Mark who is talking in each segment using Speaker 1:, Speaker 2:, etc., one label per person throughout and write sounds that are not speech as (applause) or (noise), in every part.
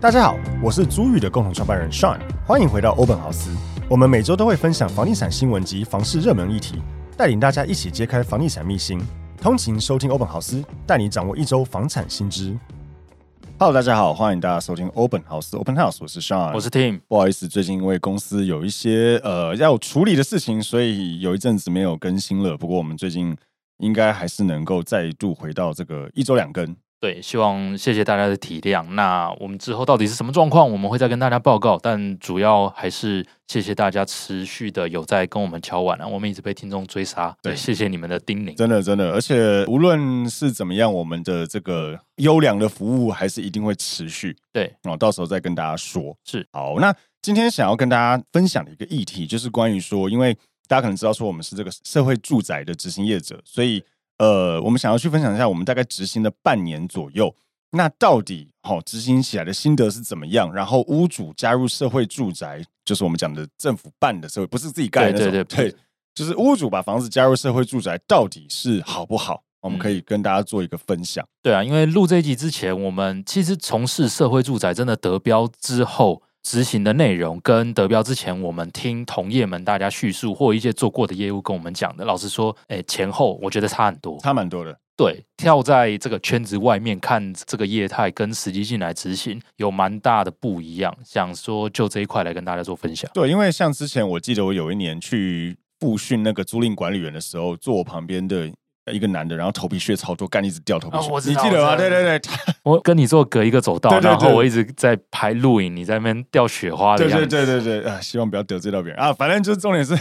Speaker 1: 大家好，我是租宇的共同创办人 Sean，欢迎回到欧本豪斯。我们每周都会分享房地产新闻及房市热门议题，带领大家一起揭开房地产秘辛。通勤收听欧本豪斯，带你掌握一周房产新知。Hello，大家好，欢迎大家收听 Open House Open House，我是 Sean，
Speaker 2: 我是 Tim，
Speaker 1: 不好意思，最近因为公司有一些呃要处理的事情，所以有一阵子没有更新了。不过我们最近应该还是能够再度回到这个一周两更。
Speaker 2: 对，希望谢谢大家的体谅。那我们之后到底是什么状况，我们会再跟大家报告。但主要还是谢谢大家持续的有在跟我们敲碗啊，我们一直被听众追杀。
Speaker 1: 对
Speaker 2: 对，谢谢你们的叮咛。
Speaker 1: 真的真的，而且无论是怎么样，我们的这个优良的服务还是一定会持续
Speaker 2: 对，
Speaker 1: 哦，到时候再跟大家说。
Speaker 2: 是，
Speaker 1: 好，那今天想要跟大家分享的一个议题，就是关于说，因为大家可能知道说我们是这个社会住宅的执行业者，所以呃，我们想要去分享一下我们大概执行了半年左右，那到底好、哦、执行起来的心得是怎么样？然后屋主加入社会住宅，就是我们讲的政府办的社会，不是自己盖的那种，
Speaker 2: 对对对
Speaker 1: 就是屋主把房子加入社会住宅，到底是好不好？我
Speaker 2: 嗯
Speaker 1: 们可以跟大家做一个分享。
Speaker 2: 对啊，因为录这一集之前，我们其实从事社会住宅真的得标之后执行的内容，跟得标之前我们听同业们大家叙述或一些做过的业务跟我们讲的，老实说，哎，前后我觉得差很多。
Speaker 1: 差蛮多的，
Speaker 2: 对，跳在这个圈子外面看这个业态，跟实际进来执行有蛮大的不一样。想说就这一块来跟大家做分享。
Speaker 1: 对，因为像之前我记得我有一年去复训那个租赁管理员的时候，坐我旁边的一个男的，然后头皮屑超多，干一直掉头皮
Speaker 2: 哦
Speaker 1: 屑，
Speaker 2: 我知
Speaker 1: 你
Speaker 2: 道
Speaker 1: 记
Speaker 2: 我
Speaker 1: 得吗？
Speaker 2: 知
Speaker 1: 对
Speaker 2: 道
Speaker 1: 对对，他
Speaker 2: 我跟你做隔一个走道，
Speaker 1: 对对对
Speaker 2: 然后我一直在拍录影，你在那边掉雪花的
Speaker 1: 对
Speaker 2: 样
Speaker 1: 对
Speaker 2: 子。
Speaker 1: 对对对，啊，希望不要得罪到别人啊。反正就是重点是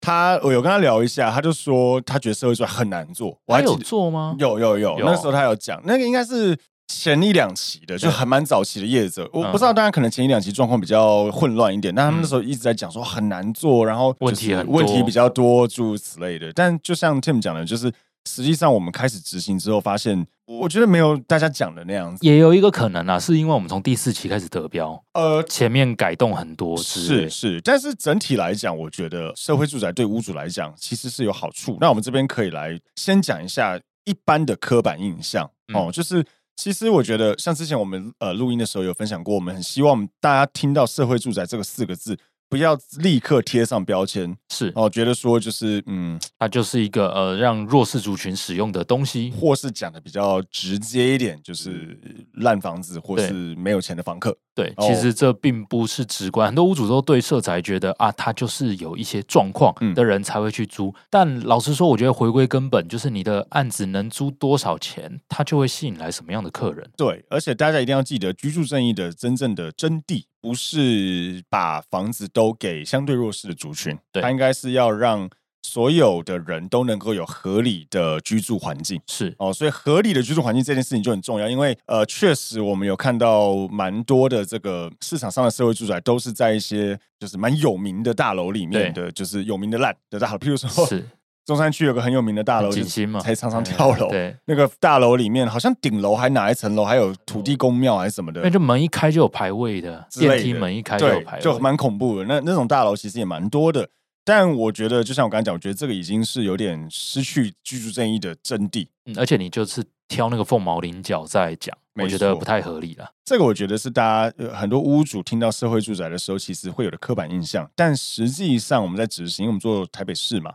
Speaker 1: 他，我有跟他聊一下，他就说他觉得社会主义很难做，我
Speaker 2: 还
Speaker 1: 还记
Speaker 2: 有
Speaker 1: 得
Speaker 2: 做吗？
Speaker 1: 有有有，
Speaker 2: 哦有
Speaker 1: 那时候他有讲，那个应该是前一两期的，就很蛮早期的业者，
Speaker 2: 嗯
Speaker 1: 我不知道，当然可能前一两期状况比较混乱一点，但他们那时候一直在讲说很难做，然后就是
Speaker 2: 问题很多
Speaker 1: 问题比较多，诸如此类的。但就像 Tim 讲的，就是实际上我们开始执行之后，发现我觉得没有大家讲的那样子，
Speaker 2: 也有一个可能啊，是因为我们从第四期开始得标，
Speaker 1: 呃，
Speaker 2: 前面改动很多之类
Speaker 1: 是是，但是整体来讲，我觉得社会住宅对屋主来讲其实是有好处。那我们这边可以来先讲一下一般的刻板印象、哦，就是其实我觉得像之前我们呃录音的时候有分享过，我们很希望我们大家听到社会住宅这个四个字，不要立刻贴上标签
Speaker 2: 是，
Speaker 1: 哦，觉得说就是嗯，
Speaker 2: 它就是一个呃让弱势族群使用的东西。
Speaker 1: 或是讲的比较直接一点，就是烂房子或
Speaker 2: 对
Speaker 1: 是没有钱的房客。
Speaker 2: 对，
Speaker 1: 哦
Speaker 2: 其实这并不是直观，很多屋主都对社宅觉得啊，他就是有一些状况
Speaker 1: 嗯
Speaker 2: 的人才会去租。但老实说，我觉得回归根本，就是你的案子能租多少钱，它就会吸引来什么样的客人。
Speaker 1: 对，而且大家一定要记得，居住正义的真正的真谛不是把房子都给相对弱势的族群，
Speaker 2: 对
Speaker 1: 它应该是要让所有的人都能够有合理的居住环境。
Speaker 2: 是，
Speaker 1: 哦，所以合理的居住环境这件事情就很重要，因为呃，确实我们有看到蛮多的这个市场上的社会住宅都是在一些就是蛮有名的大楼里面
Speaker 2: 对
Speaker 1: 的，就是有名的烂的大楼，譬如说
Speaker 2: 是
Speaker 1: 中山区有个很有名的哦大楼，
Speaker 2: 很
Speaker 1: 就
Speaker 2: 景星
Speaker 1: 是
Speaker 2: 嘛
Speaker 1: 才
Speaker 2: 哎
Speaker 1: 常常跳楼，
Speaker 2: 对，
Speaker 1: 那个大楼里面，好像顶楼还哪一层楼，还有土地公庙还是什么的
Speaker 2: 因为，这门一开就有排位的，
Speaker 1: 之类的
Speaker 2: 电梯门一开就有
Speaker 1: 对
Speaker 2: 排，
Speaker 1: 就
Speaker 2: 位，
Speaker 1: 蛮恐怖的。那那种大楼其实也蛮多的，但我觉得，就像我刚才讲，我觉得这个已经是有点失去居住正义的真谛。
Speaker 2: 嗯而且你就是挑那个凤毛麟角在讲，
Speaker 1: 没
Speaker 2: 我觉得
Speaker 1: 错
Speaker 2: 不太合理了。
Speaker 1: 这个我觉得是大家、呃很多屋主听到社会住宅的时候，其实会有的刻板印象。但实际上我们在执行，因为我们做台北市嘛，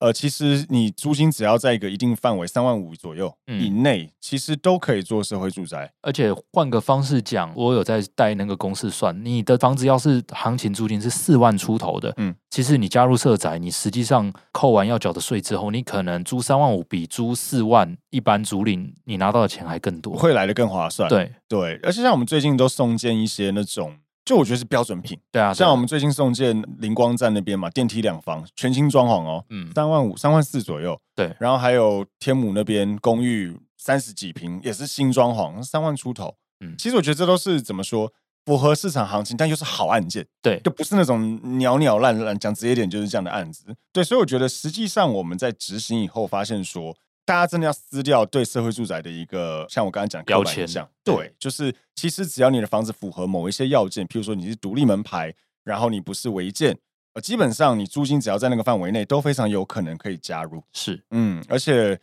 Speaker 1: 呃，其实你租金只要在一个一定范围，三万五左右
Speaker 2: 嗯
Speaker 1: 以内，其实都可以做社会住宅。
Speaker 2: 而且换个方式讲，我有在带那个公式算，你的房子要是行情租金是四万出头的，
Speaker 1: 嗯，
Speaker 2: 其实你加入社宅，你实际上扣完要缴的税之后，你可能租三万五比租四万一般租赁你拿到的钱还更多。
Speaker 1: 会来的更划算，
Speaker 2: 对
Speaker 1: 对，而且像我们最近都送件一些那种，就我觉得是标准品，
Speaker 2: 对啊，对啊
Speaker 1: 像我们最近送件灵光站那边嘛，电梯两房，全新装潢哦，
Speaker 2: 嗯
Speaker 1: 三万五、三万四左右。
Speaker 2: 对
Speaker 1: 然后还有天母那边公寓三十几平，也是新装潢，三万出头。
Speaker 2: 嗯
Speaker 1: 其实我觉得这都是怎么说，符合市场行情，但又是好案件，
Speaker 2: 对
Speaker 1: 就不是那种鸟鸟烂烂。讲直接点，就是这样的案子。对，所以我觉得实际上我们在执行以后，发现说。大家真的要撕掉对社会住宅的一个，像我刚刚讲
Speaker 2: 标
Speaker 1: 刻板印
Speaker 2: 签
Speaker 1: 象
Speaker 2: 对
Speaker 1: 对，就是其实只要你的房子符合某一些要件，譬如说你是独立门牌，然后你不是违建，呃，基本上你租金只要在那个范围内，都非常有可能可以加入。
Speaker 2: 是
Speaker 1: 嗯，而且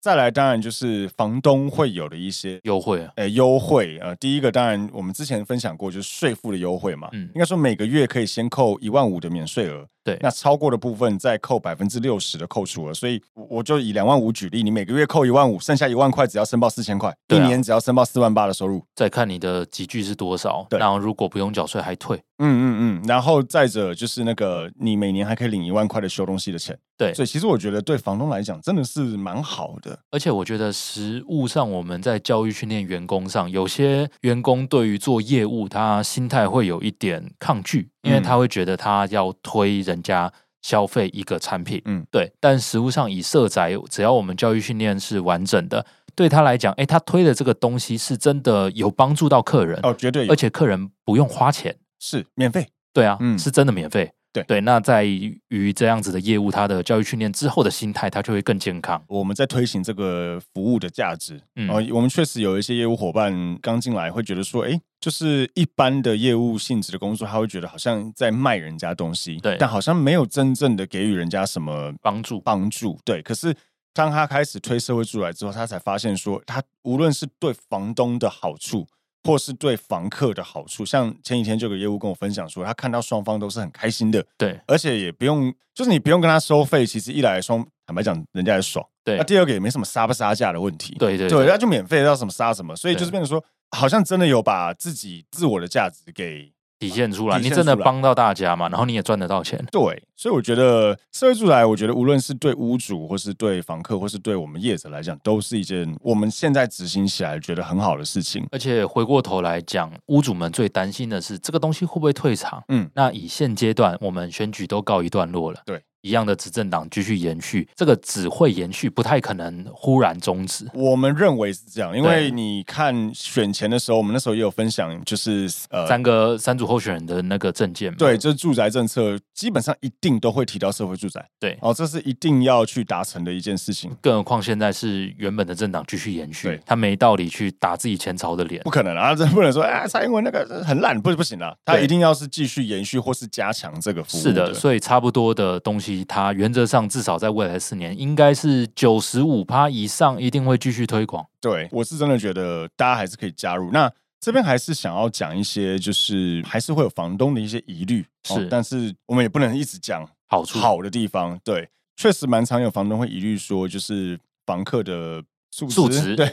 Speaker 1: 再来，当然就是房东会有的一些
Speaker 2: 优惠啊，
Speaker 1: 呃优惠。呃，第一个当然我们之前分享过，就是税负的优惠嘛。
Speaker 2: 嗯
Speaker 1: 应该说每个月可以先扣一万五的免税额，
Speaker 2: 对
Speaker 1: 那超过的部分再扣百分之六十的扣除额。所以我我就以两万五举例，你每个月扣一万五，剩下一万块只要申报四千块，一
Speaker 2: 对啊
Speaker 1: 年只要申报四万八的收入。
Speaker 2: 再看你的集聚是多少，
Speaker 1: 对
Speaker 2: 然后如果不用缴税还退，
Speaker 1: 嗯嗯嗯，然后再者就是那个，你每年还可以领一万块的修东西的钱，
Speaker 2: 对
Speaker 1: 所以其实我觉得对房东来讲真的是蛮好的。
Speaker 2: 而且我觉得实务上，我们在教育训练员工上，有些员工对于做业务，他心态会有一点抗拒，因为
Speaker 1: 嗯
Speaker 2: 他会觉得他要推人家消费一个产品。
Speaker 1: 嗯
Speaker 2: 嗯，对。但实务上，以社宅，只要我们教育训练是完整的，对他来讲，诶，他推的这个东西是真的有帮助到客人，
Speaker 1: 哦，绝对有
Speaker 2: 而且客人不用花钱。
Speaker 1: 是免费。
Speaker 2: 对啊，
Speaker 1: 嗯
Speaker 2: 是真的免费。
Speaker 1: 对
Speaker 2: 对，那在于这样子的业务，他的教育训练之后的心态，他就会更健康。
Speaker 1: 我们在推行这个服务的价值，嗯、
Speaker 2: 嗯
Speaker 1: 哦，我们确实有一些业务伙伴刚进来会觉得说，哎，就是一般的业务性质的工作，他会觉得好像在卖人家东西，
Speaker 2: 对
Speaker 1: 但好像没有真正的给予人家什么
Speaker 2: 帮助
Speaker 1: 帮助，对。可是当他开始推社会住宅之后，他才发现说，他无论是对房东的好处，或是对房客的好处，像前几天就有个业务跟我分享说，他看到双方都是很开心的，
Speaker 2: 对
Speaker 1: 而且也不用，就是你不用跟他收费，其实一来双，坦白讲，人家也爽。
Speaker 2: 对
Speaker 1: 那第二个也没什么杀不杀价的问题，
Speaker 2: 对对
Speaker 1: 对，那就免费要什么杀什么，所以
Speaker 2: 对
Speaker 1: 就是变成说，好像真的有把自己自我的价值给
Speaker 2: 体现出来，
Speaker 1: 体
Speaker 2: 你
Speaker 1: 现
Speaker 2: 真的
Speaker 1: 出来
Speaker 2: 帮到大家嘛，然后你也赚得到钱。
Speaker 1: 对，所以我觉得社会住宅，我觉得无论是对屋主，或是对房客，或是对我们业者来讲，都是一件我们现在执行起来觉得很好的事情。
Speaker 2: 而且回过头来讲，屋主们最担心的是这个东西会不会退场？
Speaker 1: 嗯
Speaker 2: 那以现阶段我们选举都告一段落了，
Speaker 1: 对，
Speaker 2: 一样的执政党继续延续，这个只会延续，不太可能忽然终止。
Speaker 1: 我们认为是这样，因为
Speaker 2: 对
Speaker 1: 你看选前的时候，我们那时候也有分享，就是呃，
Speaker 2: 三个三组候选人的那个证件嘛，
Speaker 1: 对，这住宅政策基本上一定都会提到社会住宅，
Speaker 2: 对，
Speaker 1: 哦，这是一定要去达成的一件事情，
Speaker 2: 更何况现在是原本的政党继续延
Speaker 1: 对
Speaker 2: 续，他没道理去打自己前朝的脸
Speaker 1: 不。可能啊，这不能说啊，蔡英文那个很烂，不不行啊，他
Speaker 2: 对
Speaker 1: 一定要是继续延续或是加强这个服务
Speaker 2: 是的，所以差不多的东西，它原则上至少在未来四年，应该是九十五趴以上，一定会继续推广。
Speaker 1: 对，我是真的觉得大家还是可以加入。那这边还是想要讲一些，就是还是会有房东的一些疑虑，哦
Speaker 2: 是
Speaker 1: 但是我们也不能一直讲
Speaker 2: 好处
Speaker 1: 好的地方。对，确实蛮常有房东会疑虑说，就是房客的素质，
Speaker 2: 素
Speaker 1: (laughs)
Speaker 2: 质
Speaker 1: 对，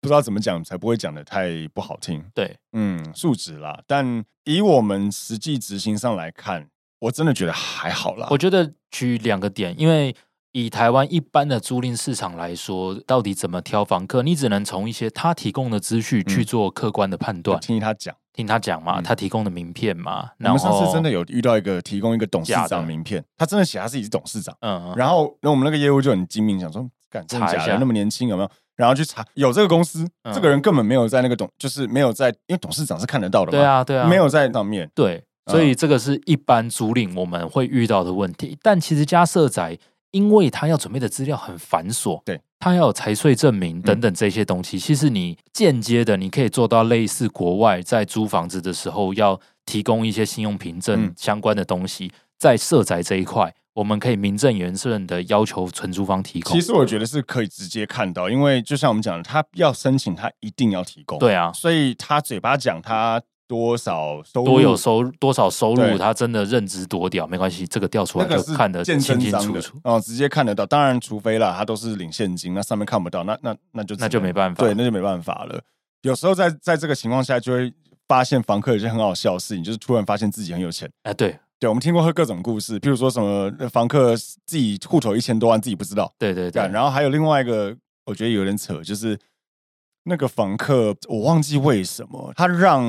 Speaker 1: 不知道怎么讲才不会讲的太不好听。
Speaker 2: 对，
Speaker 1: 嗯，素质啦，但以我们实际执行上来看，我真的觉得还好啦。
Speaker 2: 我觉得举两个点，因为以台湾一般的租赁市场来说，到底怎么挑房客，你只能从一些他提供的资讯去做客观的判断，
Speaker 1: 听他讲，
Speaker 2: 听他讲嘛，
Speaker 1: 嗯
Speaker 2: 他提供的名片嘛，
Speaker 1: 我
Speaker 2: 然
Speaker 1: 们
Speaker 2: 后
Speaker 1: 上次真的有遇到一个提供一个董事
Speaker 2: 假的
Speaker 1: 长名片，他真的写他自己是董事长。
Speaker 2: 嗯，嗯
Speaker 1: 然后那我们那个业务就很精明，想说，干真的
Speaker 2: 查一
Speaker 1: 假的
Speaker 2: 下
Speaker 1: 那么年轻有没有？然后去查，有这个公司，
Speaker 2: 嗯
Speaker 1: 这个人根本没有在那个董，就是没有在，因为董事长是看得到的嘛，
Speaker 2: 对啊对啊，
Speaker 1: 没有在上面，
Speaker 2: 对，
Speaker 1: 嗯
Speaker 2: 所以这个是一般租赁我们会遇到的问题。但其实家社宅，因为他要准备的资料很繁琐，
Speaker 1: 对，嗯
Speaker 2: 他要有财税证明等等这些东西。其实你间接的，你可以做到类似国外在租房子的时候要提供一些信用凭证
Speaker 1: 嗯
Speaker 2: 相关的东西，在社宅这一块，我们可以名正言顺的要求承租方提供。
Speaker 1: 其实我觉得是可以直接看到，因为就像我们讲的，他要申请，他一定要提供，、
Speaker 2: 对啊，
Speaker 1: 所以他嘴巴讲他多少收入
Speaker 2: 多有收入多少收入，
Speaker 1: 对
Speaker 2: 他真的认知多屌没关系，这个调出
Speaker 1: 那
Speaker 2: 来
Speaker 1: 个
Speaker 2: 就是看得
Speaker 1: 见
Speaker 2: 清
Speaker 1: 真
Speaker 2: 清
Speaker 1: 章
Speaker 2: 楚
Speaker 1: 的
Speaker 2: 楚，
Speaker 1: 哦，直接看得到。当然，除非啦，他都是领现金，那上面看不到，那那那就只
Speaker 2: 那就
Speaker 1: 能
Speaker 2: 没办法。
Speaker 1: 对，那就没办法了。有时候在在这个情况下，就会发现房客有些很好笑的事情，就是突然发现自己很有钱。
Speaker 2: 哎，对
Speaker 1: 对，我们听过各种故事，譬如说什么呃房客自己户头一千多万，自己不知道。啊
Speaker 2: 对对对
Speaker 1: 干，，然后还有另外一个，我觉得有点扯，就是那个房客，我忘记为什么他让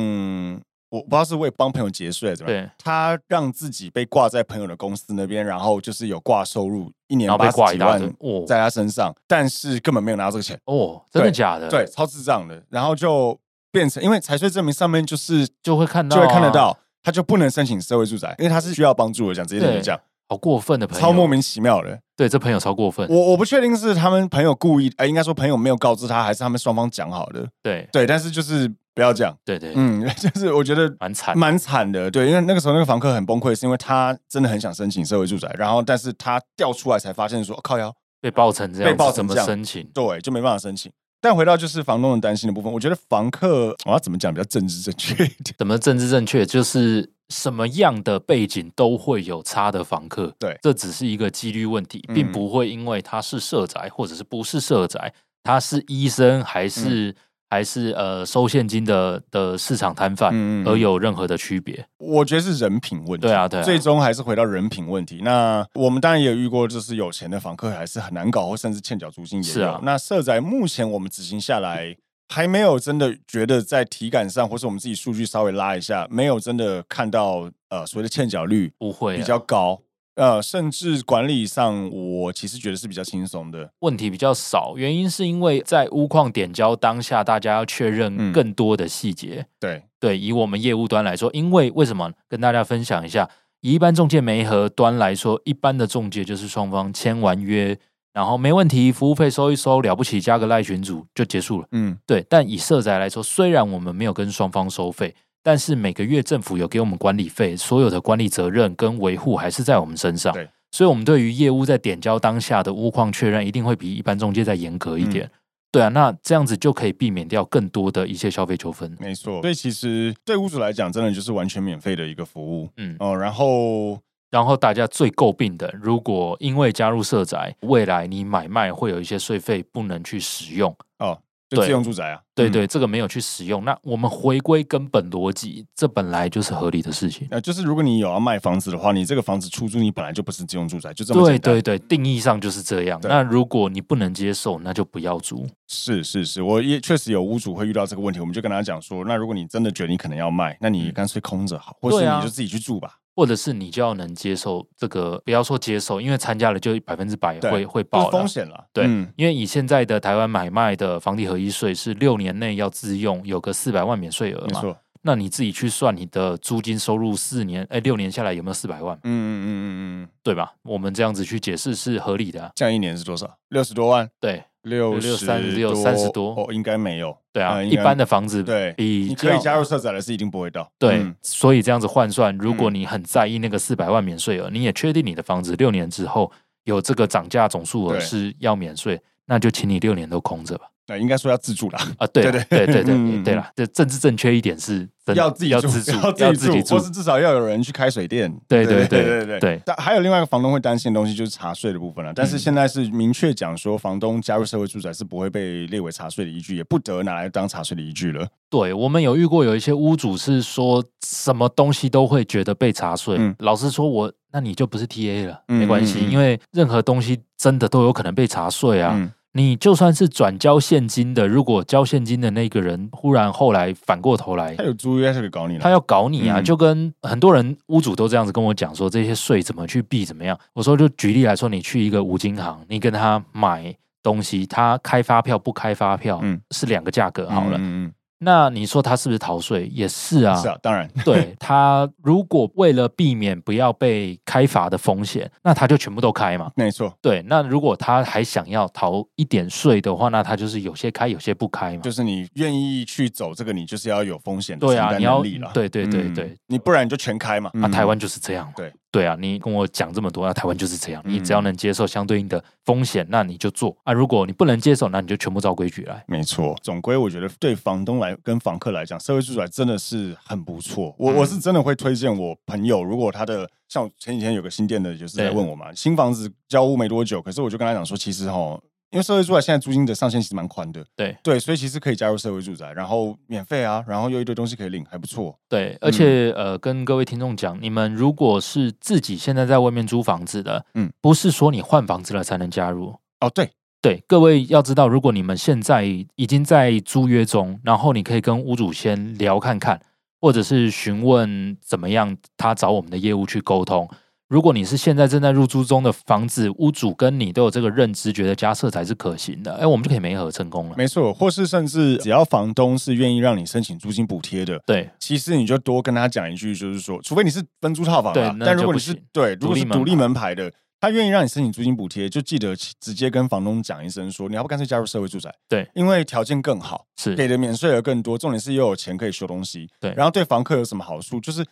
Speaker 1: 我不知道是为帮朋友节税还是怎么样，
Speaker 2: 对
Speaker 1: 他让自己被挂在朋友的公司那边，然后就是有挂收入，一年
Speaker 2: 然后
Speaker 1: 八
Speaker 2: 被
Speaker 1: 十
Speaker 2: 挂一
Speaker 1: 几
Speaker 2: 大堆
Speaker 1: 万，
Speaker 2: 哦
Speaker 1: 在他身上，但是根本没有拿这个钱，
Speaker 2: 哦，真的假的？
Speaker 1: 对，，超智障的，然后就变成因为财税证明上面就是
Speaker 2: 就会看到，
Speaker 1: 就会看得，
Speaker 2: 哦
Speaker 1: 到。他就不能申请社会住宅，因为他是需要帮助的。讲直接点就
Speaker 2: 对
Speaker 1: 讲，
Speaker 2: 好过分的朋友，
Speaker 1: 超莫，名其妙的。
Speaker 2: 对，这朋友超过分，
Speaker 1: 我我不确定是他们朋友故意，呃，应该说朋友没有告知他，还是他们双方讲好的。
Speaker 2: 对
Speaker 1: 对，但是就是不要讲，
Speaker 2: 对对，
Speaker 1: 嗯， (laughs) 就是我觉得
Speaker 2: 蛮惨，
Speaker 1: 蛮惨的。对，因为那个时候那个房客很崩溃，是因为他真的很想申请社会住宅，然后但是他调出来才发现说、哦靠腰，
Speaker 2: 被爆成这样
Speaker 1: 被爆成
Speaker 2: 子，怎么
Speaker 1: 这样
Speaker 2: 申请？
Speaker 1: 对，就没办法申请。但回到就是房东的担心的部分，我觉得房客我要怎么讲比较政治正确一点？ (laughs)
Speaker 2: 怎么政治正确？就是什么样的背景都会有差的房客，
Speaker 1: 对
Speaker 2: 这只是一个几率问题，
Speaker 1: 嗯
Speaker 2: 并不会因为他是社宅或者是不是社宅，他是医生
Speaker 1: 嗯
Speaker 2: 还是、还是呃收现金的的市场摊贩、
Speaker 1: 嗯嗯嗯
Speaker 2: 而有任何的区别。
Speaker 1: 我觉得是人品问题。
Speaker 2: 对啊对啊
Speaker 1: 最终还是回到人品问题。那我们当然也有遇过，就是有钱的房客还是很难搞，或甚至欠缴租金也有。
Speaker 2: 是啊
Speaker 1: 那社宅目前我们执行下来，还没有真的觉得在体感上，或是我们自己数据稍微拉一下，没有真的看到呃所谓的欠缴率
Speaker 2: 不会啊、
Speaker 1: 比较高。呃，甚至管理上，我其实觉得是比较轻松的。
Speaker 2: 问题比较少，原因是因为在屋况点交当下，大家要确认
Speaker 1: 嗯
Speaker 2: 更多的细节。
Speaker 1: 对，
Speaker 2: 对，以我们业务端来说，因为为什么跟大家分享一下？以一般中介媒合端来说，一般的中介就是双方签完约，然后没问题，服务费收一收，了不起加个赖群组就结束了。
Speaker 1: 嗯，
Speaker 2: 对，但以社宅来说，虽然我们没有跟双方收费，但是每个月政府有给我们管理费，所有的管理责任跟维护还是在我们身上
Speaker 1: 对。
Speaker 2: 所以，我们对于业务在点交当下的屋况确认，一定会比一般中介再严格一点。
Speaker 1: 嗯
Speaker 2: 对啊，那这样子就可以避免掉更多的一些消费纠纷。
Speaker 1: 没错。所以其实对屋主来讲，真的就是完全免费的一个服务。
Speaker 2: 嗯，
Speaker 1: 哦、然后
Speaker 2: 然后大家最诟病的，如果因为加入社宅，未来你买卖会有一些税费不能去使用，
Speaker 1: 哦，就
Speaker 2: 对
Speaker 1: 自用住宅啊，
Speaker 2: 对
Speaker 1: 嗯
Speaker 2: 对，这个没有去使用，那我们回归根本逻辑，这本来就是合理的事情。
Speaker 1: 呃，就是如果你有要卖房子的话，你这个房子出租你本来就不是自用住宅，就这么
Speaker 2: 对
Speaker 1: 简单。
Speaker 2: 对对，定义上就是这样。
Speaker 1: 对
Speaker 2: 那如果你不能接受，那就不要租。
Speaker 1: 是是是，我也确实有屋主会遇到这个问题，我们就跟他讲说，那如果你真的觉得你可能要卖，那你干脆空着好，或是
Speaker 2: 嗯对啊
Speaker 1: 你就自己去住吧。
Speaker 2: 或者是你就要能接受这个，不要说接受，因为参加了就百分之百
Speaker 1: 对
Speaker 2: 会会
Speaker 1: 就
Speaker 2: 爆
Speaker 1: 是风
Speaker 2: 了。
Speaker 1: 险了，
Speaker 2: 对
Speaker 1: 嗯
Speaker 2: 因为以现在的台湾买卖的房地合一税是六年内要自用，有个四百万免税额
Speaker 1: 没
Speaker 2: 嘛，
Speaker 1: 错，
Speaker 2: 那你自己去算你的租金收入四年，哎，六年下来有没有四百万，
Speaker 1: 嗯嗯嗯嗯嗯，
Speaker 2: 对吧？我们这样子去解释是合理的啊、
Speaker 1: 这样一年是多少？六十多万，
Speaker 2: 对
Speaker 1: 六
Speaker 2: 六
Speaker 1: 十
Speaker 2: 36 30多
Speaker 1: 哦，应该没有，
Speaker 2: 对啊，
Speaker 1: 嗯应
Speaker 2: 一
Speaker 1: 该
Speaker 2: 般的房子
Speaker 1: 对，
Speaker 2: 比
Speaker 1: 你可
Speaker 2: 较
Speaker 1: 以加入社宅的是一定不会到，
Speaker 2: 对，
Speaker 1: 嗯
Speaker 2: 所以这样子换算，如果
Speaker 1: 嗯
Speaker 2: 你很在意那个四百万免税额，你也确定你的房子六年之后有这个涨价总数额
Speaker 1: 对
Speaker 2: 是要免税，那就请你六年都空着吧。
Speaker 1: 那应该说要自住
Speaker 2: (laughs)
Speaker 1: 啦，
Speaker 2: 啊，对啦
Speaker 1: 对
Speaker 2: 对对对
Speaker 1: 嗯
Speaker 2: 对啦，这政治正确一点是真的
Speaker 1: 要自己
Speaker 2: 要
Speaker 1: 住
Speaker 2: 自，
Speaker 1: (laughs) 要
Speaker 2: 要
Speaker 1: 自己
Speaker 2: 己
Speaker 1: 住，或是至少要有人去开水电。
Speaker 2: 对对
Speaker 1: 对
Speaker 2: 对
Speaker 1: 对
Speaker 2: 对
Speaker 1: 但还有另外一个房东会担心的东西就是查税的部分啊了、但是
Speaker 2: 嗯
Speaker 1: 现在是明确讲说，房东加入社会住宅是不会被列为查税的依据，也不得拿来当查税的依据了。
Speaker 2: 对我们有遇过有一些屋主是说什么东西都会觉得被查税。
Speaker 1: 嗯
Speaker 2: 老实说我，那你就不是 TA 了，
Speaker 1: 嗯
Speaker 2: 没关系，
Speaker 1: 嗯嗯
Speaker 2: 因为任何东西真的都有可能被查税啊。
Speaker 1: 嗯，
Speaker 2: 你就算是转交现金的，如果交现金的那个人忽然后来反过头来
Speaker 1: 他，有租约是可以搞你了。
Speaker 2: 他要搞你啊，
Speaker 1: 嗯
Speaker 2: 就跟很多人屋主都这样子跟我讲说这些税怎么去避怎么样。我说就举例来说，你去一个五金行，你跟他买东西，他开发票不开发票、
Speaker 1: 嗯
Speaker 2: 是两个价格好了。
Speaker 1: 嗯嗯
Speaker 2: 那你说他是不是逃税？也是啊，
Speaker 1: 嗯，是啊，当然，
Speaker 2: 对他如果为了避免不要被开罚的风险，那他就全部都开嘛。
Speaker 1: 没错，
Speaker 2: 对，那如果他还想要逃一点税的话，那他就是有些开，有些不开嘛。
Speaker 1: 就是你愿意去走这个，你就是要有风险的
Speaker 2: 对啊
Speaker 1: 承担
Speaker 2: 你要
Speaker 1: 能力了。
Speaker 2: 对对对
Speaker 1: 嗯
Speaker 2: 对，
Speaker 1: 你不然你就全开嘛。
Speaker 2: 啊，
Speaker 1: 嗯
Speaker 2: 台湾就是这样嘛。
Speaker 1: 对嗯
Speaker 2: 对啊，你跟我讲这么多，那台湾就是这样，你只要能接受相对应的风险，那你就做啊。如果你不能接受，那你就全部照规矩来。
Speaker 1: 没错，总归我觉得对房东来跟房客来讲，社会住宅真的是很不错。我、
Speaker 2: 嗯
Speaker 1: 我是真的会推荐我朋友，如果他的像前几天有个新店的，也是在
Speaker 2: 对
Speaker 1: 问我嘛，新房子交屋没多久，可是我就跟他讲说，其实哈。因为社会住宅现在租金的上限其实蛮宽的，
Speaker 2: 对
Speaker 1: 对，所以其实可以加入社会住宅，然后免费啊，然后又一堆东西可以领，还不错。
Speaker 2: 对，而且、
Speaker 1: 嗯
Speaker 2: 呃，跟各位听众讲，你们如果是自己现在在外面租房子的，
Speaker 1: 嗯
Speaker 2: 嗯，不是说你换房子了才能加入。
Speaker 1: 哦，对，
Speaker 2: 对，各位要知道，如果你们现在已经在租约中，然后你可以跟屋主先聊看看，或者是询问怎么样，他找我们的业务去沟通。如果你是现在正在入租中的房子，屋主跟你都有这个认知，觉得加设才是可行的，哎，我们就可以媒合成功了。
Speaker 1: 没错，或是甚至只要房东是愿意让你申请租金补贴的，
Speaker 2: 对，
Speaker 1: 其实你就多跟他讲一句，就是说，除非你是分租套房
Speaker 2: 对
Speaker 1: 啦，
Speaker 2: 那
Speaker 1: 但
Speaker 2: 就
Speaker 1: 如果你
Speaker 2: 不
Speaker 1: 是
Speaker 2: 行
Speaker 1: 对，如果是独
Speaker 2: 独
Speaker 1: 立
Speaker 2: 立
Speaker 1: 门
Speaker 2: 门
Speaker 1: 牌的，他愿意让你申请租金补贴，就记得直接跟房东讲一声说，你要不干脆加入社会住宅，
Speaker 2: 对，嗯
Speaker 1: 因为条件更好，给
Speaker 2: 是，
Speaker 1: 的免税额更多，重点是又有钱可以修东西，
Speaker 2: 对
Speaker 1: 然后对房客有什么好处？就是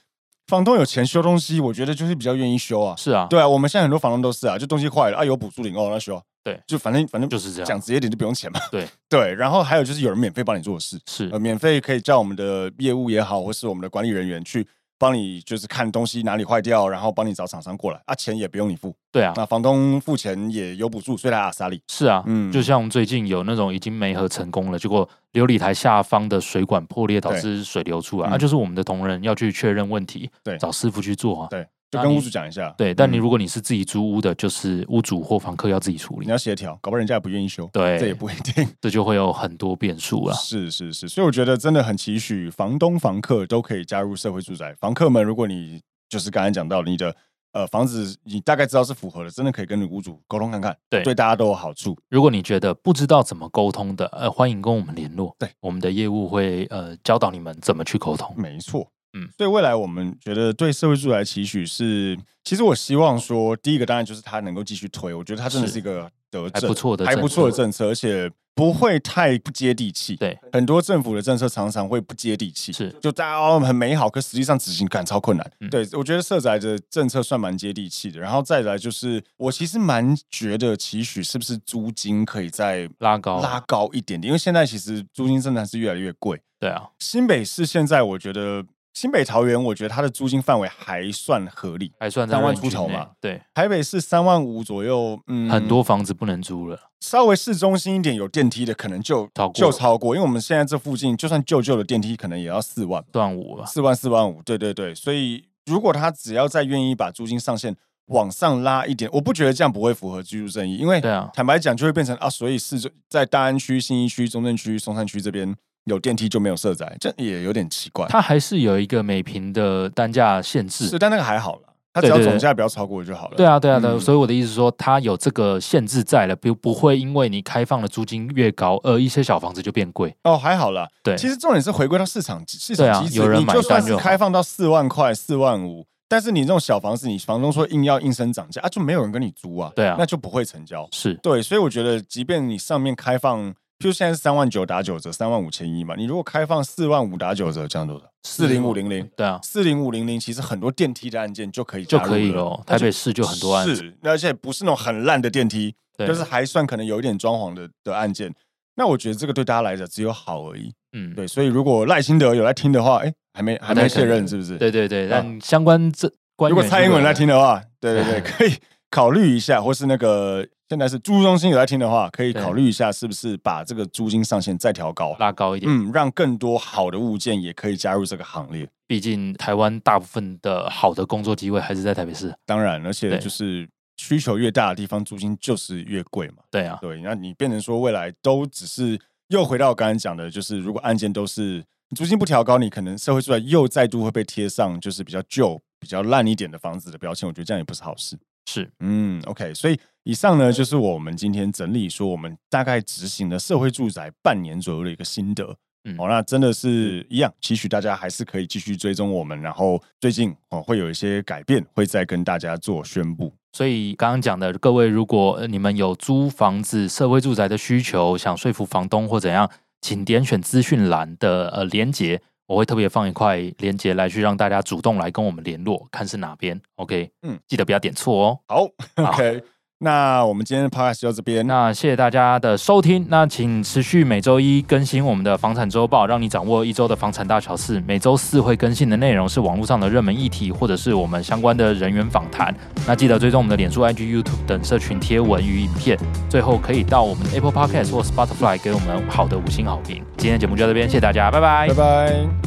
Speaker 1: 房东有钱修东西，我觉得就是比较愿意修啊，
Speaker 2: 是啊，
Speaker 1: 对啊，我们现在很多房东都是啊，就东西坏了啊，有补助领哦，那修啊，
Speaker 2: 对
Speaker 1: 就反正反正
Speaker 2: 就是这样
Speaker 1: 讲直接点就不用钱嘛，
Speaker 2: 对
Speaker 1: (laughs) 对，然后还有就是有人免费帮你做事，
Speaker 2: 是
Speaker 1: 呃，，免费可以叫我们的业务也好，或是我们的管理人员去帮你，就是看东西哪里坏掉，然后帮你找厂商过来啊，钱也不用你付，
Speaker 2: 对啊，
Speaker 1: 那房东付钱也有补助，所以他阿萨利，
Speaker 2: 是啊，
Speaker 1: 嗯
Speaker 2: 就像最近有那种已经媒合成功了，结果琉璃台下方的水管破裂，导
Speaker 1: 对
Speaker 2: 致水流出来，
Speaker 1: 嗯
Speaker 2: 那、就是我们的同仁要去确认问题，
Speaker 1: 对
Speaker 2: 找师傅去做啊。
Speaker 1: 对，就
Speaker 2: 那
Speaker 1: 跟
Speaker 2: 你
Speaker 1: 屋主讲一下，
Speaker 2: 对，但你
Speaker 1: 嗯
Speaker 2: 如果你是自己租屋的，就是屋主或房客要自己处
Speaker 1: 你
Speaker 2: 理，
Speaker 1: 要协调，搞不好人家也不愿意修，这也
Speaker 2: 对，啊
Speaker 1: 不一
Speaker 2: (laughs)
Speaker 1: 定，
Speaker 2: 这就会有很多变数
Speaker 1: (laughs)
Speaker 2: 了。
Speaker 1: 是是是，所以我觉得真的很期许房东、房客都可以加入社会住宅。房客们，如果你就是刚才讲到你的呃房子，你大概知道是符合的，真的可以跟你屋主沟通看看，
Speaker 2: 对
Speaker 1: 对大家都有好处。
Speaker 2: 如果你觉得不知道怎么沟通的，呃，欢迎跟我们联络，
Speaker 1: 对，
Speaker 2: 我们的业务会呃教导你们怎么去沟通。
Speaker 1: 没错，嗯
Speaker 2: 嗯，
Speaker 1: 所以未来我们觉得对社会住宅的期许是，其实我希望说，第一个当然就是它能够继续推，我觉得它真的
Speaker 2: 是
Speaker 1: 是一个德
Speaker 2: 还
Speaker 1: 政，
Speaker 2: 不错的
Speaker 1: 还不
Speaker 2: 政策
Speaker 1: 错的政策，而且不会太不接地气。
Speaker 2: 对，
Speaker 1: 很多政府的政策常常会不接地气，
Speaker 2: 是
Speaker 1: 就大家哦很美好，可实际上执行感超困难。
Speaker 2: 嗯
Speaker 1: 对我觉得社宅的政策算蛮接地气的，然后再来就是我其实蛮觉得期许是不是租金可以再
Speaker 2: 拉高，
Speaker 1: 拉高一点点，因为现在其实租金真的是越来越贵。
Speaker 2: 对啊，
Speaker 1: 新北市现在我觉得新北桃园，我觉得它的租金范围还算合理。
Speaker 2: 还算在
Speaker 1: 三万
Speaker 2: range
Speaker 1: 出头
Speaker 2: 内
Speaker 1: 嘛，
Speaker 2: 对，
Speaker 1: 台北市三万五左右，嗯，
Speaker 2: 很多房子不能租了，
Speaker 1: 稍微市中心一点有电梯的，可能就
Speaker 2: 超过
Speaker 1: 就超过，因为我们现在这附近就算旧旧的电梯，可能也要四万，
Speaker 2: 断五了，
Speaker 1: 四万四万五，对对对，所以如果他只要再愿意把租金上限往上拉一点，我不觉得这样不会符合居住正义，因为
Speaker 2: 对啊
Speaker 1: 坦白讲就会变成啊，所以市中在大安区、信义区、中正区、松山区这边有电梯就没有社宅，这也有点奇怪。
Speaker 2: 它还是有一个每平的单价限
Speaker 1: 是，
Speaker 2: 制。
Speaker 1: 但那个还好啦，他只要
Speaker 2: 对对对
Speaker 1: 总价不要超过就好了。
Speaker 2: 对啊，对啊，对啊
Speaker 1: 嗯
Speaker 2: 所以我的意思是说，它有这个限制在了，不不会因为你开放的租金越高，而一些小房子就变贵。
Speaker 1: 哦，还好啦。
Speaker 2: 对，
Speaker 1: 其实重点是回归到市场市
Speaker 2: 对
Speaker 1: 场
Speaker 2: 啊
Speaker 1: 机制，
Speaker 2: 有人
Speaker 1: 你
Speaker 2: 买
Speaker 1: 就算
Speaker 2: 单
Speaker 1: 是
Speaker 2: 就好
Speaker 1: 开放到四万块、四万五，但是你这种小房子，你房东说硬要硬生涨价啊，就没有人跟你租啊，
Speaker 2: 对啊
Speaker 1: 那就不会成交。
Speaker 2: 是
Speaker 1: 对，所以我觉得，即便你上面开放，譬如现在是三万九打九折，三万五千一嘛，你如果开放四万五打九折，这样多少？四零五零零，
Speaker 2: 对啊，
Speaker 1: 四零五零零，其实很多电梯的案件就可以
Speaker 2: 就
Speaker 1: 加入
Speaker 2: 可以
Speaker 1: 了
Speaker 2: 咯。
Speaker 1: 那
Speaker 2: 台
Speaker 1: 就
Speaker 2: 北市就很多案子，
Speaker 1: 是，而且不是那种很烂的电梯，
Speaker 2: 对，
Speaker 1: 就是还算可能有一点装潢的的案件。那我觉得这个对大家来讲只有好而已。
Speaker 2: 嗯，
Speaker 1: 对，所以如果赖清德有来听的话，哎、还没还
Speaker 2: 不
Speaker 1: 没
Speaker 2: 太
Speaker 1: 卸
Speaker 2: 可能
Speaker 1: 任是不是？
Speaker 2: 对对对。
Speaker 1: 啊
Speaker 2: 但相关这官
Speaker 1: 如果
Speaker 2: 员
Speaker 1: 蔡英文来听的话，对对
Speaker 2: (laughs)
Speaker 1: 对，
Speaker 2: 对
Speaker 1: 可以考虑一下，或是那个现在是租中心有在听的话，可以考虑一下是不是把这个租金上限再调高，
Speaker 2: 拉高一点，
Speaker 1: 嗯，让更多好的物件也可以加入这个行列。
Speaker 2: 毕竟台湾大部分的好的工作机会还是在台北市。
Speaker 1: 当然，而且
Speaker 2: 对
Speaker 1: 就是需求越大的地方，租金就是越贵嘛。
Speaker 2: 对啊，
Speaker 1: 对，那你变成说未来都只是又回到我刚才讲的，就是如果案件都是你租金不调高，你可能社会住宅又再度会被贴上就是比较旧、比较烂一点的房子的标签，我觉得这样也不是好事。
Speaker 2: 是
Speaker 1: 嗯，OK，所以以上呢就是我们今天整理说我们大概执行了社会住宅半年左右的一个心得。
Speaker 2: 嗯
Speaker 1: 哦，那真的是一样，期许大家还是可以继续追踪我们，然后最近哦会有一些改变，会再跟大家做宣布。
Speaker 2: 所以刚刚讲的，各位如果呃你们有租房子、社会住宅的需求，想说服房东或怎样，请点选资讯栏的呃连结，我会特别放一块链接来去让大家主动来跟我们联络，看是哪边。OK，
Speaker 1: 嗯
Speaker 2: 嗯，记得不要点错哦。
Speaker 1: 好
Speaker 2: 好
Speaker 1: ，OK，那我们今天的 podcast 就到这边。
Speaker 2: 那谢谢大家的收听，那请持续每周一更新我们的房产周报，让你掌握一周的房产大小事。每周四会更新的内容是网络上的热门议题，或者是我们相关的人员访谈。那记得追踪我们的脸书、IG、YouTube 等社群贴文与影片。最后可以到我们的 Apple Podcast 或 Spotify 给我们好的五星好评。今天的节目就到这边，谢谢大家，拜拜
Speaker 1: 拜拜。